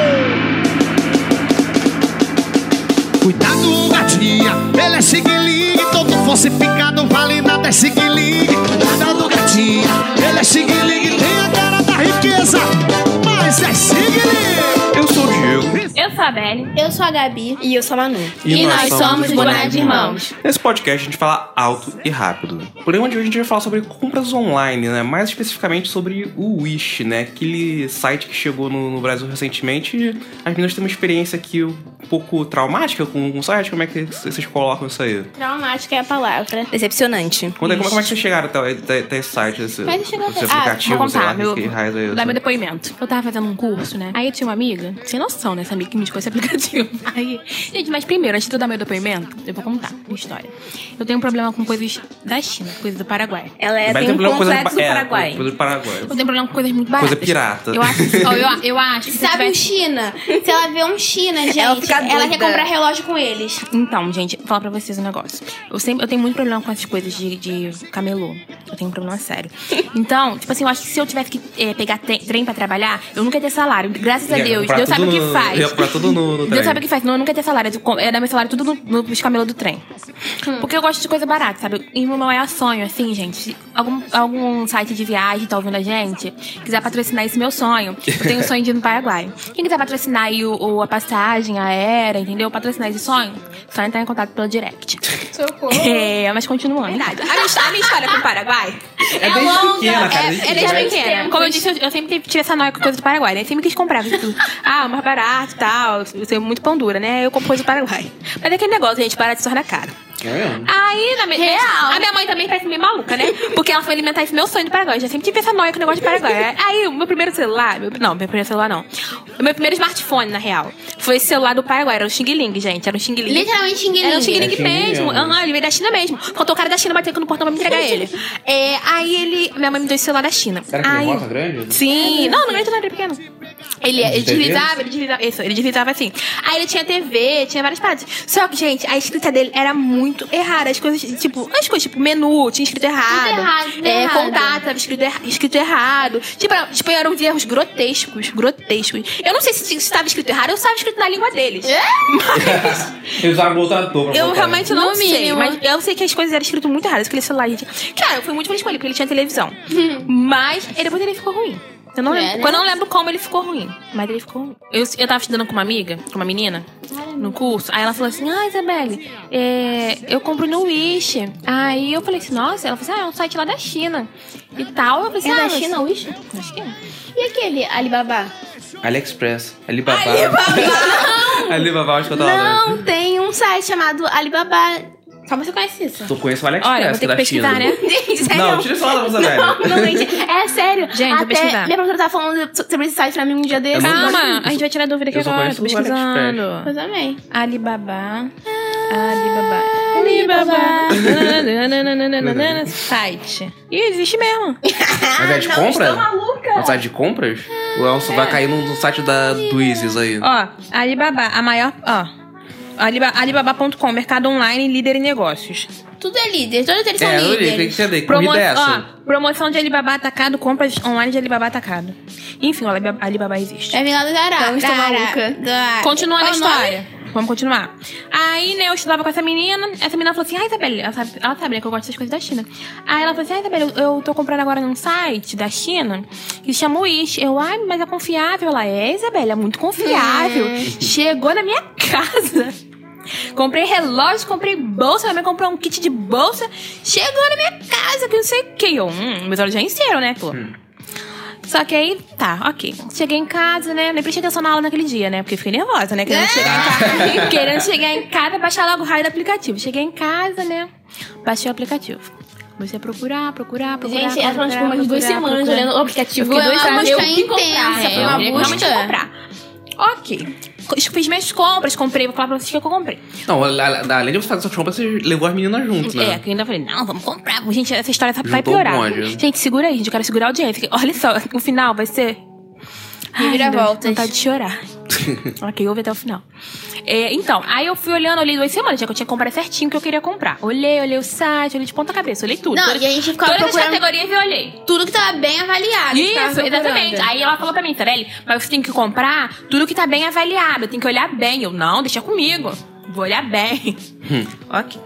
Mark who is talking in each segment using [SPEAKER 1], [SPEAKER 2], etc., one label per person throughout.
[SPEAKER 1] é Falsificado vale nada, é xing-ling Nada do gatinho, ele é xing-ling Tem a cara da riqueza, mas é xing-ling Eu sou o Diego
[SPEAKER 2] Eu sou a Belle.
[SPEAKER 3] Eu sou a Gabi.
[SPEAKER 4] E eu sou a Manu.
[SPEAKER 2] E, nós, somos Boné de Irmãos.
[SPEAKER 5] Nesse podcast a gente fala alto e rápido. O programa de hoje a gente vai falar sobre compras online, né? Mais especificamente sobre o Wish, né? Aquele site que chegou no, no Brasil recentemente. E As meninas têm uma experiência aqui um pouco traumática com o site. Como é que vocês colocam isso aí?
[SPEAKER 3] Traumática é a palavra.
[SPEAKER 4] Decepcionante.
[SPEAKER 5] Quando, como, como é que vocês chegaram até, até, até esse site, esse,
[SPEAKER 3] Mas chegou
[SPEAKER 5] esse
[SPEAKER 3] até- Ah,
[SPEAKER 5] aplicativo,
[SPEAKER 2] Vou
[SPEAKER 5] sei lá,
[SPEAKER 2] contar, meu,
[SPEAKER 5] que raios é
[SPEAKER 2] vou
[SPEAKER 5] isso?
[SPEAKER 2] dar meu depoimento. Eu tava fazendo um curso, né? Aí eu tinha uma amiga, sem noção, né? Essa amiga que me indicou esse aplicativo. Aí, gente, mas primeiro, antes de eu dar meu depoimento, eu vou contar minha história. Eu tenho um problema com coisas da China, coisas do Paraguai.
[SPEAKER 4] Ela é,
[SPEAKER 5] Mas
[SPEAKER 4] tem um
[SPEAKER 5] problema com coisa do
[SPEAKER 4] complexo
[SPEAKER 5] Pa- é,
[SPEAKER 4] Paraguai.
[SPEAKER 5] coisa do Paraguai.
[SPEAKER 2] Eu tenho um problema com coisas muito baratas.
[SPEAKER 5] Coisa pirata.
[SPEAKER 2] Eu acho, ó, eu, eu acho que se eu
[SPEAKER 3] Sabe um
[SPEAKER 2] tivesse...
[SPEAKER 3] China? Se ela vê um China, gente,
[SPEAKER 4] Ela fica
[SPEAKER 3] ela quer
[SPEAKER 4] doida.
[SPEAKER 3] comprar relógio com eles.
[SPEAKER 2] Então, gente, vou falar pra vocês um negócio. Eu, sempre, eu tenho muito problema com essas coisas de, de camelô. Eu tenho um problema sério. Então, tipo assim, eu acho que se eu tivesse que eh, pegar tre- trem pra trabalhar, eu nunca ia ter salário. Graças a
[SPEAKER 5] Ia
[SPEAKER 2] Deus.
[SPEAKER 5] comprar
[SPEAKER 2] Deus sabe o
[SPEAKER 5] é, tudo
[SPEAKER 2] que
[SPEAKER 5] no-
[SPEAKER 2] faz.
[SPEAKER 5] ia comprar tudo no- no trem.
[SPEAKER 2] Deus Então, sabe o que faz. Não, eu nunca ia ter salário. Eu com- Ia dar meu salário tudo no- nos camelô do trem.
[SPEAKER 4] Hum.
[SPEAKER 2] Porque eu gosto de coisa barata, sabe? E meu maior sonho, assim, gente, se algum, algum site de viagem tá ouvindo a gente, quiser patrocinar esse meu sonho. Eu tenho o sonho de ir no Paraguai. Quem quiser patrocinar aí o, o- a passagem aérea, entendeu? Patrocinar esse sonho, só entrar em contato pelo direct.
[SPEAKER 3] Socorro.
[SPEAKER 2] É, mas continuando.
[SPEAKER 4] Verdade. A minha, histó- a minha história com o Paraguai
[SPEAKER 5] É desde pequena, cara.
[SPEAKER 4] é-
[SPEAKER 5] desde
[SPEAKER 4] é desde
[SPEAKER 5] pequena.
[SPEAKER 4] pequena.
[SPEAKER 2] Como eu disse, eu, eu sempre tive essa noia com coisa do Paraguai, né? Sempre quis comprar. assim, tudo. Ah, mais barato e tal. Eu sou muito pão dura, né? Eu compro coisa do Paraguai. Mas é aquele negócio, gente, barato se torna caro.
[SPEAKER 5] É mesmo?
[SPEAKER 2] Aí, na minha,
[SPEAKER 4] né?
[SPEAKER 2] a minha mãe também parece meio maluca, né? Porque ela foi alimentar esse meu sonho do Paraguai. Eu já sempre tive essa noia com o negócio de Paraguai. né? Aí, o meu primeiro celular... meu- não, meu primeiro celular não. O meu primeiro smartphone, na real, foi esse celular do Paraguai. Era um Xing Ling, gente. Era um Xing Ling.
[SPEAKER 3] Literalmente xing
[SPEAKER 2] Era um Xing
[SPEAKER 5] É
[SPEAKER 2] Ling
[SPEAKER 5] Xing
[SPEAKER 2] mesmo.
[SPEAKER 5] Ling, né?
[SPEAKER 2] Aham, ele veio da China mesmo. Contou o cara da China batendo no portão pra me entregar ele. É, aí ele... Minha mãe me deu esse celular da China.
[SPEAKER 5] Será que
[SPEAKER 2] aí,
[SPEAKER 5] ele é rosa grande?
[SPEAKER 2] Sim. Não, não era grande, era pequeno. Ele, é, ele
[SPEAKER 5] TV?
[SPEAKER 2] deslizava, ele deslizava. Isso, ele deslizava assim. Aí ele tinha TV, tinha várias paradas. Só que, gente, a escrita dele era muito errada. As coisas, tipo, as coisas, tipo, menu, tinha escrito errado.
[SPEAKER 3] errado, tudo
[SPEAKER 2] é,
[SPEAKER 3] errado.
[SPEAKER 2] contato, tava escrito, erra- escrito errado. Tipo, era- tipo, eram erros grotescos, grotescos. Eu não sei se estava escrito errado ou se estava escrito na língua deles.
[SPEAKER 3] É?
[SPEAKER 2] Mas.
[SPEAKER 5] Eles usaram o tradutor pra
[SPEAKER 2] Eu
[SPEAKER 5] botar.
[SPEAKER 2] realmente não
[SPEAKER 3] No
[SPEAKER 2] sei,
[SPEAKER 3] mínimo.
[SPEAKER 2] mas eu sei que as coisas eram escritas muito erradas. Aquele celular, gente. Cara, eu fui muito feliz com ele, porque ele tinha televisão. mas ele depois ele ficou ruim. Eu não,
[SPEAKER 3] É,
[SPEAKER 2] lembro,
[SPEAKER 3] né?
[SPEAKER 2] eu não lembro como ele ficou ruim, mas ele ficou ruim. Eu, eu tava estudando com uma amiga, com uma menina, no curso. Aí ela falou assim: Ah, Isabelle, é, eu compro no Wish. Aí eu falei assim: Nossa, ela falou assim: Ah, é um site lá da China e tal. Eu falei assim:
[SPEAKER 3] É
[SPEAKER 2] ah,
[SPEAKER 3] da
[SPEAKER 2] mas-
[SPEAKER 3] China, Wish?
[SPEAKER 2] Acho que é.
[SPEAKER 3] E aquele Alibaba?
[SPEAKER 5] AliExpress, Alibaba. Alibaba! Alibaba, acho que eu tava lendo.
[SPEAKER 3] Não, tem um site chamado Alibaba.
[SPEAKER 2] Como você conhece isso?
[SPEAKER 5] Tu conhece o AliExpress,
[SPEAKER 2] Olha, vou ter
[SPEAKER 5] da
[SPEAKER 2] que pesquisar,
[SPEAKER 5] China.
[SPEAKER 2] né? Sério?
[SPEAKER 5] Não, tira esse lado da bolsa
[SPEAKER 3] Não,
[SPEAKER 5] dela.
[SPEAKER 3] não, gente, é sério.
[SPEAKER 2] Gente, vou
[SPEAKER 3] Até
[SPEAKER 2] pesquisar.
[SPEAKER 3] Minha professora tava falando so- sobre esse site pra mim um dia desse.
[SPEAKER 5] Eu não-
[SPEAKER 2] Calma, a gente vai tirar dúvida aqui
[SPEAKER 5] Eu só
[SPEAKER 2] agora.
[SPEAKER 5] conheço
[SPEAKER 2] Tô
[SPEAKER 5] o
[SPEAKER 2] pesquisando.
[SPEAKER 3] Eu amei.
[SPEAKER 2] Alibaba. Alibaba. Alibaba. Site. Ih, existe mesmo.
[SPEAKER 5] Mas
[SPEAKER 2] Ah,
[SPEAKER 4] Ah,
[SPEAKER 2] tá
[SPEAKER 5] é de compra? É um site de compras? Ou é um, vai cair no, no site da, do Isis aí?
[SPEAKER 2] Ó, Alibaba, a maior. Ó. Aliba- Alibaba.com, mercado online, líder em negócios.
[SPEAKER 3] Tudo é líder, todos eles são
[SPEAKER 5] é, eu li, tem que
[SPEAKER 3] líderes.
[SPEAKER 5] entender. Que comida é essa?
[SPEAKER 2] ó, promoção de Alibaba atacado, compras online de Alibaba atacado. Enfim, o Alibaba, Alibaba existe.
[SPEAKER 3] É vingado do Gará.
[SPEAKER 2] Então, estou maluca.
[SPEAKER 3] Da...
[SPEAKER 2] Continua na
[SPEAKER 3] Qual é o nome?
[SPEAKER 2] história. Vamos continuar. Aí, né, eu estudava com essa menina. Essa menina falou assim: Ah, Isabelle, ela sabe, ela sabe, né, que eu gosto dessas coisas da China. Aí ela falou assim: Ah, Isabelle, eu, eu tô comprando agora num site da China que se chama Wish. Eu, ai, mas é confiável. Ela é, Isabelle, é muito confiável.
[SPEAKER 3] Hum.
[SPEAKER 2] Chegou na minha casa. Comprei relógio, comprei bolsa, minha mãe comprou um kit de bolsa. Chegou na minha casa, que não sei o que. Eu, hum, meus olhos já encheram, né, pô? Só que aí, tá, ok. Cheguei em casa, né? Nem prestei atenção na aula naquele dia, né? Porque eu fiquei nervosa, né? Querendo chegar em casa, né, querendo chegar em casa baixar logo o raio do aplicativo. Cheguei em casa, né? Baixei o aplicativo. Comecei a procurar, procurar, procurar.
[SPEAKER 3] Gente, ela
[SPEAKER 2] procurar,
[SPEAKER 3] falou, tipo, umas duas
[SPEAKER 2] procurar,
[SPEAKER 3] semanas
[SPEAKER 2] procurar.
[SPEAKER 3] olhando o aplicativo.
[SPEAKER 2] Eu fiquei
[SPEAKER 3] É
[SPEAKER 2] dois
[SPEAKER 3] uma
[SPEAKER 2] anos, eu
[SPEAKER 3] busca
[SPEAKER 2] fui comprar.
[SPEAKER 3] intensa,
[SPEAKER 2] É,
[SPEAKER 3] foi uma
[SPEAKER 2] eu queria realmente
[SPEAKER 3] busca.
[SPEAKER 2] comprar. Ok. Eu Fiz minhas compras, comprei, vou falar pra vocês que eu comprei.
[SPEAKER 5] Não, a- a- além de você fazer suas compras, você levou as meninas junto,
[SPEAKER 2] É,
[SPEAKER 5] né?
[SPEAKER 2] que eu ainda falei, não, vamos comprar. Gente, essa história tá- vai
[SPEAKER 5] Juntou um
[SPEAKER 2] piorar.
[SPEAKER 5] monte.
[SPEAKER 2] Gente, segura aí, gente. Eu quero segurar a audiência. Olha só, o final vai ser. Ai,
[SPEAKER 3] vira
[SPEAKER 2] meu Deus,
[SPEAKER 3] voltas.
[SPEAKER 2] Vontade de chorar. ok, ouve até o final. É, então, aí eu fui olhando, olhei duas semanas, já que eu tinha que comprar certinho o que eu queria comprar. Olhei, olhei o site, olhei de ponta cabeça, olhei tudo.
[SPEAKER 3] Não,
[SPEAKER 2] Todas-
[SPEAKER 3] e a gente ficava
[SPEAKER 2] Todas as
[SPEAKER 3] procurando-
[SPEAKER 2] categorias eu olhei.
[SPEAKER 3] Tudo que tava bem avaliado. que tava
[SPEAKER 2] Isso,
[SPEAKER 3] procurando.
[SPEAKER 2] exatamente. Aí ela falou pra mim, Tarelli, mas você tem que comprar tudo que tá bem avaliado, tem que olhar bem. Eu, não, deixa comigo. Vou olhar bem. ok.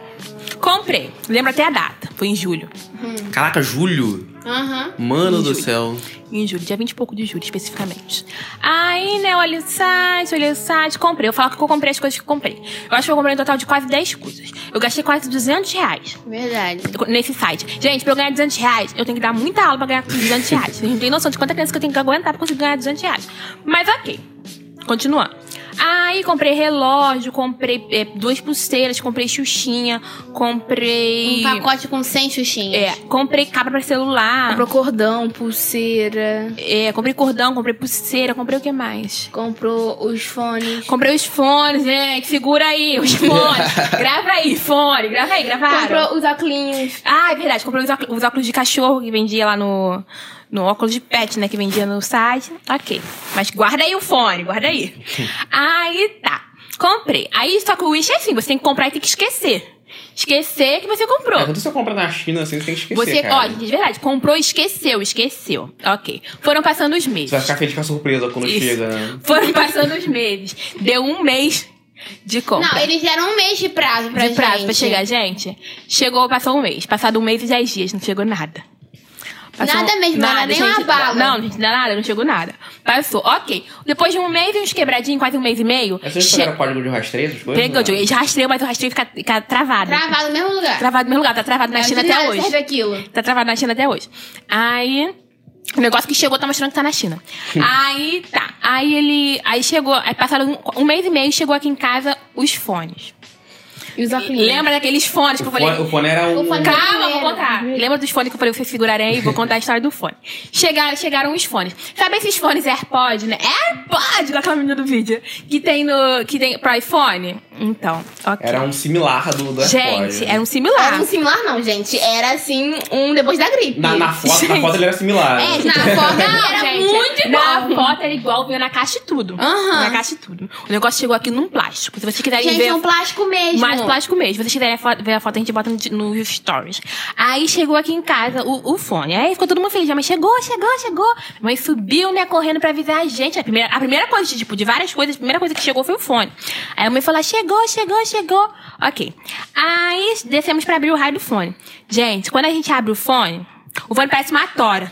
[SPEAKER 2] Comprei. Lembro até a data. Foi em julho. É.
[SPEAKER 5] Caraca, julho.
[SPEAKER 3] Aham.
[SPEAKER 5] Mano do céu.
[SPEAKER 2] Em julho, dia 20 e pouco de julho, especificamente. Aí, né, olha o site, olha o site, comprei. Eu falo que eu comprei as coisas que eu comprei. Eu acho que eu comprei um total de quase 10 coisas. Eu gastei quase 200 reais
[SPEAKER 3] Verdade.
[SPEAKER 2] nesse site. Gente, pra eu ganhar 200 reais, eu tenho que dar muita aula pra ganhar 200 reais. Vocês não têm noção de quanta criança que eu tenho que aguentar pra conseguir ganhar 200 reais. Mas ok. Continuando. Aí comprei relógio, comprei eh, duas pulseiras, comprei xuxinha, comprei.
[SPEAKER 3] Um pacote com 100 xuxinhas.
[SPEAKER 2] É, comprei capa pra celular.
[SPEAKER 3] Comprou cordão, pulseira.
[SPEAKER 2] É, comprei cordão, comprei pulseira, comprei o que mais?
[SPEAKER 3] Comprou os fones.
[SPEAKER 2] Comprei os fones, né? Que Segura aí, os fones. grava aí, fone, grava aí, gravaram.
[SPEAKER 3] Comprou os óculos.
[SPEAKER 2] Ah, é verdade, comprei os, óculos- os óculos de cachorro que vendia lá no. No óculos de pet, né? Que vendia no site. Ok. Mas guarda aí o fone, guarda aí. aí tá. Comprei. Aí só que o Wish é assim, você tem que comprar e tem que esquecer. Esquecer que você comprou.
[SPEAKER 5] É, quando você compra na China, assim, você tem que esquecer,
[SPEAKER 2] Você,
[SPEAKER 5] cara.
[SPEAKER 2] ó, gente, de verdade, comprou, esqueceu, esqueceu. Ok. Foram passando os meses.
[SPEAKER 5] Você vai ficar feliz com a surpresa quando
[SPEAKER 2] Isso.
[SPEAKER 5] chega, né?
[SPEAKER 2] Foram passando os meses. Deu um mês de compra.
[SPEAKER 3] Não, eles deram um mês de prazo pra
[SPEAKER 2] tá. de prazo
[SPEAKER 3] gente.
[SPEAKER 2] pra chegar, gente. Chegou, passou um mês. Passado um mês e dez dias, não chegou nada.
[SPEAKER 3] Nada mesmo, não era nem uma
[SPEAKER 2] gente,
[SPEAKER 3] bala.
[SPEAKER 2] Não, gente, não era nada, não chegou nada. Passou, ok. Depois de um mês e uns quebradinhos, quase um mês e meio.
[SPEAKER 5] Aí vocês
[SPEAKER 2] che-
[SPEAKER 5] pegaram o código de rastreio, essas coisas? né?
[SPEAKER 2] Pegou,
[SPEAKER 5] Não.
[SPEAKER 2] eu já rastreio, mas o rastreio fica, fica travado.
[SPEAKER 3] Travado no mesmo lugar.
[SPEAKER 2] Travado no mesmo lugar, tá travado na
[SPEAKER 3] Não,
[SPEAKER 2] China
[SPEAKER 3] de
[SPEAKER 2] até
[SPEAKER 3] nada
[SPEAKER 2] hoje.
[SPEAKER 3] serve aquilo.
[SPEAKER 2] Tá travado na China até hoje. Aí. O negócio que chegou tá mostrando que tá na China. aí tá. Aí ele. Aí chegou. Aí passaram um, um mês e meio chegou aqui em casa os fones.
[SPEAKER 3] E os óculos.
[SPEAKER 2] Lembra daqueles fones que
[SPEAKER 5] O
[SPEAKER 2] eu falei.
[SPEAKER 5] fone, o fone era um...
[SPEAKER 3] O fone-
[SPEAKER 2] Calma, vou
[SPEAKER 3] Primeiro.
[SPEAKER 2] contar. Lembra dos fones que eu falei, vocês segurarem aí? Vou contar a história do fone. Chegaram, chegaram os fones. Sabe esses fones AirPod, né? AirPod, igual aquela menina do vídeo. Que tem no. Que tem pro iPhone? Então, ok.
[SPEAKER 5] Era um similar do, né? do AirPod.
[SPEAKER 2] Gente, era um
[SPEAKER 3] Era
[SPEAKER 2] similar.
[SPEAKER 3] um similar, não, gente. Era assim, um depois da gripe.
[SPEAKER 5] Na, na foto, na
[SPEAKER 2] Gente.
[SPEAKER 5] foto ele era similar.
[SPEAKER 3] É, na foto
[SPEAKER 2] Não,
[SPEAKER 3] era
[SPEAKER 2] gente,
[SPEAKER 3] muito
[SPEAKER 2] Na
[SPEAKER 3] igual.
[SPEAKER 2] foto era igual, veio na caixa e tudo.
[SPEAKER 3] Aham.
[SPEAKER 2] Na caixa e tudo. O negócio chegou aqui num plástico. Se vocês quiserem
[SPEAKER 3] Gente,
[SPEAKER 2] ver.
[SPEAKER 3] é um plástico mesmo.
[SPEAKER 2] Mais plástico mesmo. Se vocês quiserem a foto- ver a foto, a gente bota no, no stories. Aí chegou aqui em casa o, o fone. Aí ficou todo mundo feliz. Mas chegou, chegou, chegou. Mas subiu, né, correndo pra avisar a gente. A primeira, a primeira coisa, tipo, de várias coisas, a primeira coisa que chegou foi o fone. Aí a mãe falou, chegou, chegou, chegou. Ok. Aí descemos pra abrir o raio do fone. Gente, quando a gente abre o fone, o fone parece uma tora.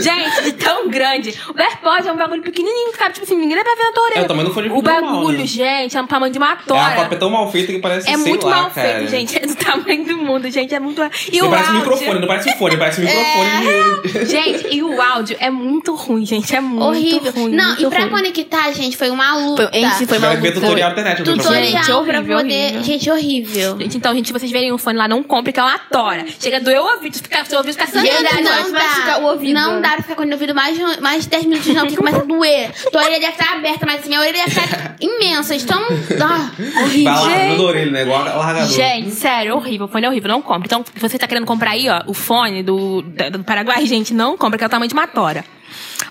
[SPEAKER 2] gente, de tão grande. O AirPod é um bagulho pequenininho que cabe, tipo assim, ninguém dá pra ver na tua orelha.
[SPEAKER 5] É, o tamanho do fone
[SPEAKER 2] O
[SPEAKER 5] normal,
[SPEAKER 2] bagulho,
[SPEAKER 5] né?
[SPEAKER 2] gente, é um tamanho de uma
[SPEAKER 5] É
[SPEAKER 2] tora.
[SPEAKER 5] uma cópia tão mal feita que parece,
[SPEAKER 2] É
[SPEAKER 5] sei
[SPEAKER 2] muito
[SPEAKER 5] lá,
[SPEAKER 2] mal
[SPEAKER 5] cara.
[SPEAKER 2] feito, gente. É do tamanho do mundo, gente. É muito. E
[SPEAKER 5] Não
[SPEAKER 2] o
[SPEAKER 5] parece
[SPEAKER 2] áudio. É.
[SPEAKER 5] microfone, não parece um fone, parece um microfone de...
[SPEAKER 2] Gente, e o áudio é muito ruim, gente. É muito
[SPEAKER 3] Horrível.
[SPEAKER 2] ruim.
[SPEAKER 3] não,
[SPEAKER 2] muito
[SPEAKER 3] e pra
[SPEAKER 2] ruim.
[SPEAKER 3] conectar, gente, foi uma luta.
[SPEAKER 2] Esse foi
[SPEAKER 5] Vai
[SPEAKER 2] uma
[SPEAKER 5] ver
[SPEAKER 2] luta.
[SPEAKER 5] tutorial na internet. eu tô
[SPEAKER 3] Tutorial
[SPEAKER 5] procurando.
[SPEAKER 2] Gente, horrível,
[SPEAKER 3] pra poder.
[SPEAKER 2] horrível.
[SPEAKER 3] Gente, horrível.
[SPEAKER 2] Gente, então, gente, se vocês verem um fone lá, não compre, que é uma tora. Chega a doer o ouvido, fica, seu ouvido fica sangrando.
[SPEAKER 3] Gente,
[SPEAKER 2] né?
[SPEAKER 3] não
[SPEAKER 4] vai
[SPEAKER 3] dá.
[SPEAKER 4] machucar o ouvido.
[SPEAKER 3] Não dá pra ficar com o ouvido mais, de- um- mais de 10 minutos, não, porque começa a doer. Tua orelha deve estar aberta, mas assim, minha orelha deve estar imensa. Então. Ah,
[SPEAKER 5] Vai
[SPEAKER 3] horrível.
[SPEAKER 5] largando a orelha, né? Igual largador.
[SPEAKER 2] Gente, sério, horrível. O fone é horrível, não compra. Então, se você tá querendo comprar aí, ó, o fone do, da- do Paraguai, gente, não compra, que é o tamanho de uma tora.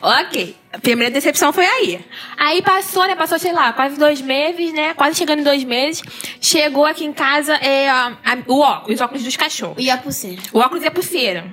[SPEAKER 2] Ok. A primeira decepção foi aí. Aí passou, né? Passou, sei lá, quase dois meses, né? Quase chegando em dois meses. Chegou aqui em casa é, a- a- o óculos, os óculos dos cachorros.
[SPEAKER 3] E a pulseira.
[SPEAKER 2] O óculos e a pulseira.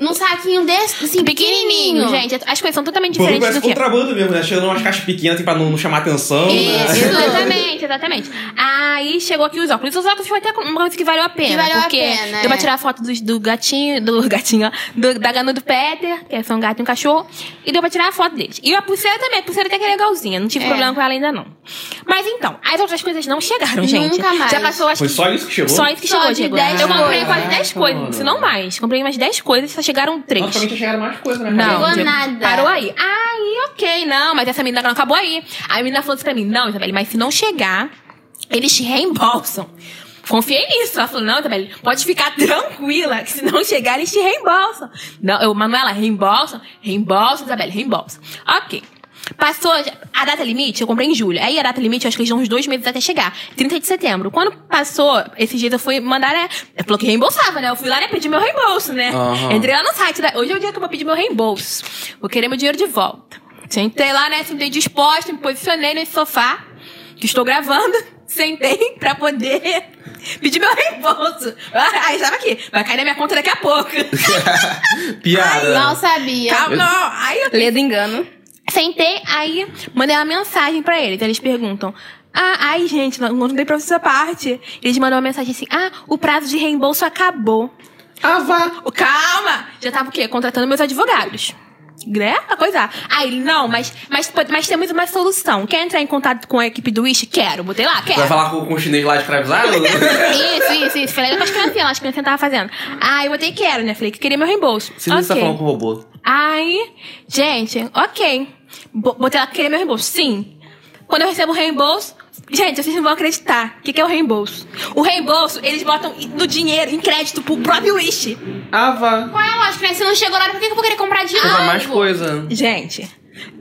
[SPEAKER 3] Num saquinho desse, assim, pequenininho.
[SPEAKER 2] gente. As coisas são totalmente
[SPEAKER 5] O problema
[SPEAKER 2] diferentes
[SPEAKER 5] parece
[SPEAKER 2] do que. é
[SPEAKER 5] contrabando mesmo, né? Chegando umas caixas pequenas assim, pra não, não chamar atenção,
[SPEAKER 3] Isso.
[SPEAKER 5] né?
[SPEAKER 2] Exatamente, exatamente. Aí chegou aqui os óculos. Os óculos foi até uma coisa que valeu a pena.
[SPEAKER 3] Que valeu a
[SPEAKER 2] porque
[SPEAKER 3] pena,
[SPEAKER 2] deu pra
[SPEAKER 3] é.
[SPEAKER 2] tirar foto dos- do, gatinho, do gatinho, ó, do- da Ganu do Peter, que são um gato e um cachorro. E deu pra tirar a foto deles. E a pulseira também, a pulseira até que é legalzinha. Não tive
[SPEAKER 3] É.
[SPEAKER 2] problema com ela ainda, não. Mas então, as outras coisas não chegaram, gente.
[SPEAKER 3] Nunca mais.
[SPEAKER 2] Já passou, acho
[SPEAKER 5] Foi
[SPEAKER 2] que.
[SPEAKER 5] só isso que chegou?
[SPEAKER 2] Só isso que
[SPEAKER 3] Só
[SPEAKER 2] chegou,
[SPEAKER 3] de
[SPEAKER 2] chegou.
[SPEAKER 3] 10
[SPEAKER 2] Eu comprei
[SPEAKER 3] coisas.
[SPEAKER 2] quase 10 coisas,
[SPEAKER 5] Caraca,
[SPEAKER 2] se não mais. Comprei umas 10 coisas, só chegaram
[SPEAKER 5] Nossa, pra
[SPEAKER 2] 3.
[SPEAKER 5] mim tinha chegado mais coisa, né?
[SPEAKER 2] Não,
[SPEAKER 5] cara?
[SPEAKER 3] Chegou
[SPEAKER 2] gente,
[SPEAKER 3] nada.
[SPEAKER 2] Parou aí. Aí, ok, não, mas essa menina não acabou aí. Aí a menina falou assim pra mim: não, Isabelle, mas se não chegar, eles te reembolsam. Confiei nisso. Ela falou: não, Isabelle, pode ficar tranquila, que se não chegar, eles te reembolsam. Não, eu, Manuela, reembolsam? Reembolsam, Isabelle, reembolsam. Ok. Passou já- a data limite, eu comprei em julho. Aí a data limite, eu acho que eles dão uns dois meses até chegar. 30 de setembro. Quando passou, esses dias eu fui mandar, né? Falou que reembolsava, né? Eu fui lá, né? Pedi meu reembolso, né?
[SPEAKER 5] Aham.
[SPEAKER 2] Entrei lá no site. Da... Hoje é o dia que eu vou pedir meu reembolso. Vou querer meu dinheiro de volta. Sentei lá, né? Sentei disposta, me posicionei nesse sofá que estou gravando. Sentei pra poder pedir meu reembolso. Ah, Aí, estava aqui. Vai cair na minha conta daqui a pouco.
[SPEAKER 5] Piada.
[SPEAKER 3] Mal sabia.
[SPEAKER 2] Calma, não. Aí eu
[SPEAKER 4] Ledo engano.
[SPEAKER 2] Sentei, aí mandei uma mensagem pra eles. Eles perguntam: Ah, ai, gente, não, não dei pra vocês essa parte. Eles mandam uma mensagem assim: ah, o prazo de reembolso acabou.
[SPEAKER 5] Ah, vá!
[SPEAKER 2] O- Calma! Já tava o quê? Contratando meus advogados. Né? A coisa. Aí, ele, não, mas, mas, pode- mas temos uma solução. Quer entrar em contato com a equipe do Wish? Quero, botei lá,
[SPEAKER 5] Vai
[SPEAKER 2] quero.
[SPEAKER 5] falar com, com o chinês lá escravizado?
[SPEAKER 2] Isso, isso, isso. Falei com as criancinhas, lá, as criancinhas tava fazendo. Aí eu botei quero, né? Falei que queria meu reembolso.
[SPEAKER 5] Você não está
[SPEAKER 2] Ok.
[SPEAKER 5] falando com o robô.
[SPEAKER 2] Aí, gente, ok. Bo- Botei lá que queria meu reembolso. Sim. Quando eu recebo o reembolso, gente, vocês não vão acreditar. O que, que é o reembolso? O reembolso, eles botam no dinheiro, em crédito, pro próprio Wish.
[SPEAKER 5] Ah, vá!
[SPEAKER 3] Qual é a lógica, né? Se não chegou na hora, por que que eu vou querer comprar de Ah,
[SPEAKER 5] Comprar
[SPEAKER 3] novo?
[SPEAKER 5] mais coisa.
[SPEAKER 2] Gente.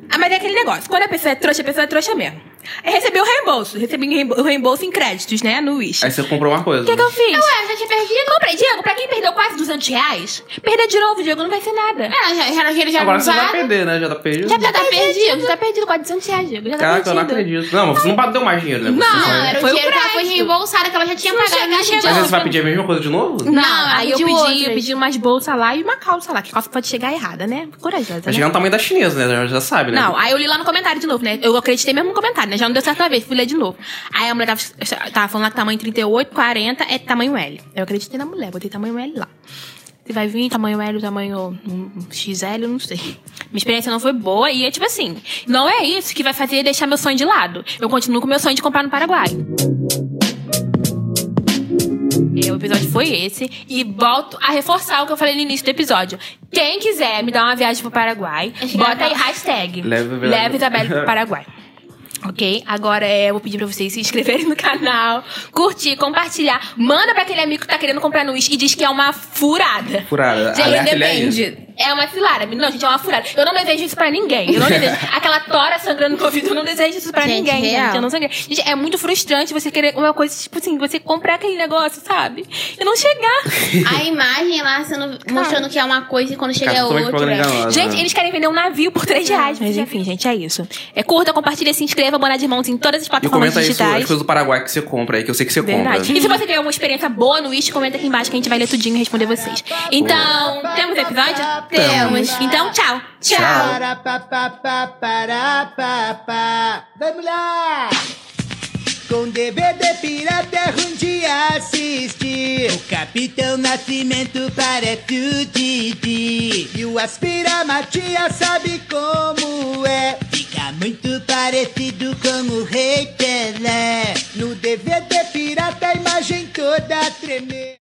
[SPEAKER 2] Ah, mas é aquele negócio. Quando a pessoa é trouxa, a pessoa é trouxa mesmo. Eu recebi o reembolso. Recebi o reembo- o reembolso em créditos, né? No Wish.
[SPEAKER 5] Aí você comprou uma coisa.
[SPEAKER 2] O que, que eu fiz?
[SPEAKER 3] Ué, já tinha perdido?
[SPEAKER 2] Comprei, Diego, pra quem perdeu quase 200 reais, perder de novo, Diego, não vai ser nada.
[SPEAKER 3] É, já, já, já, já
[SPEAKER 5] Agora você vai
[SPEAKER 3] usado.
[SPEAKER 5] perder, né? Já tá perdido.
[SPEAKER 2] Já, tá perdido, já tá perdido quase 200 reais, Diego. Já tá
[SPEAKER 5] Caraca, eu não
[SPEAKER 2] perdido.
[SPEAKER 5] acredito. Não, mas você não bateu mais dinheiro, né? Você
[SPEAKER 2] Não, é
[SPEAKER 5] só-
[SPEAKER 3] Não, era o
[SPEAKER 2] Foi o
[SPEAKER 3] dinheiro que ela foi
[SPEAKER 2] crédito.
[SPEAKER 3] reembolsada, que ela já tinha
[SPEAKER 2] Se não
[SPEAKER 3] pagado. né,
[SPEAKER 2] chegar,
[SPEAKER 3] ela tinha
[SPEAKER 5] Mas
[SPEAKER 2] chegou.
[SPEAKER 5] você vai pedir a mesma coisa de novo?
[SPEAKER 2] Não,
[SPEAKER 3] Não,
[SPEAKER 2] aí eu
[SPEAKER 3] de
[SPEAKER 2] pedi,
[SPEAKER 3] outras.
[SPEAKER 2] pedi umas bolsas lá e uma calça lá, que calça pode chegar errada, né? Corajosa.
[SPEAKER 5] Vai
[SPEAKER 2] né?
[SPEAKER 5] chegar no é tamanho da chinesa, né? Já sabe, né?
[SPEAKER 2] Não, aí eu li lá no comentário de novo, né? Eu acreditei mesmo no comentário, né? Já não deu certo uma vez, fui ler de novo. Aí a mulher tava, tava falando lá que tamanho 38, 40 é tamanho L. Eu acreditei na mulher, botei tamanho L lá. Se vai vir tamanho L, tamanho hum, XL, eu não sei. Minha experiência não foi boa e é tipo assim, não é isso que vai fazer deixar meu sonho de lado. Eu continuo com meu sonho de comprar no Paraguai. É, O episódio foi esse. E volto a reforçar o que eu falei no início do episódio. Quem quiser me dar uma viagem pro Paraguai,
[SPEAKER 3] Acho que
[SPEAKER 2] bota
[SPEAKER 3] era
[SPEAKER 2] aí
[SPEAKER 3] pra-
[SPEAKER 2] hashtag.
[SPEAKER 5] Leve Isabelle-
[SPEAKER 2] Leve Isabelle pro Paraguai. Ok? Agora é, eu vou pedir pra vocês se inscreverem no canal, curtir, compartilhar. Manda pra aquele amigo que tá querendo comprar no Wish e diz que é uma furada.
[SPEAKER 5] Furada.
[SPEAKER 2] Gente,
[SPEAKER 5] Alerta, ele é
[SPEAKER 2] depende. É uma cilada. Não, gente, é uma furada. Eu não desejo isso pra ninguém. Eu não desejo. Aquela tora sangrando no ouvido, eu não desejo isso pra
[SPEAKER 3] Gente,
[SPEAKER 2] ninguém,
[SPEAKER 3] real.
[SPEAKER 2] gente. Eu não sangrei. Gente, é muito frustrante você querer uma coisa, tipo assim, você comprar aquele negócio, sabe? E não chegar.
[SPEAKER 3] A imagem lá sendo, mostrando que é uma coisa e quando chega é
[SPEAKER 5] Cara, né? totalmente
[SPEAKER 3] outra.
[SPEAKER 5] programa
[SPEAKER 2] né? Gente, eles querem vender um navio por 3 reais. Mas enfim, gente, é isso. É, curta, compartilha, se inscreva, Boná de Mãos em todas as
[SPEAKER 5] E
[SPEAKER 2] plataformas
[SPEAKER 5] comenta aí su- as
[SPEAKER 2] digitais.
[SPEAKER 5] coisas do Paraguai que você compra aí, que eu sei que você
[SPEAKER 2] Verdade.
[SPEAKER 5] compra.
[SPEAKER 2] E se você tiver uma experiência boa no Wish, comenta aqui embaixo que a gente vai ler tudinho e responder vocês. Então, temos episódio?
[SPEAKER 3] Temos.
[SPEAKER 2] Então, tchau.
[SPEAKER 5] Tchau.
[SPEAKER 6] Parapapapá. Vamos lá! Com DVD pirata é ruim de assistir. O Capitão Nascimento parece o Didi. E o Aspira Matias sabe como é. Fica muito parecido com o Rei Pelé. No DVD pirata a imagem toda tremer.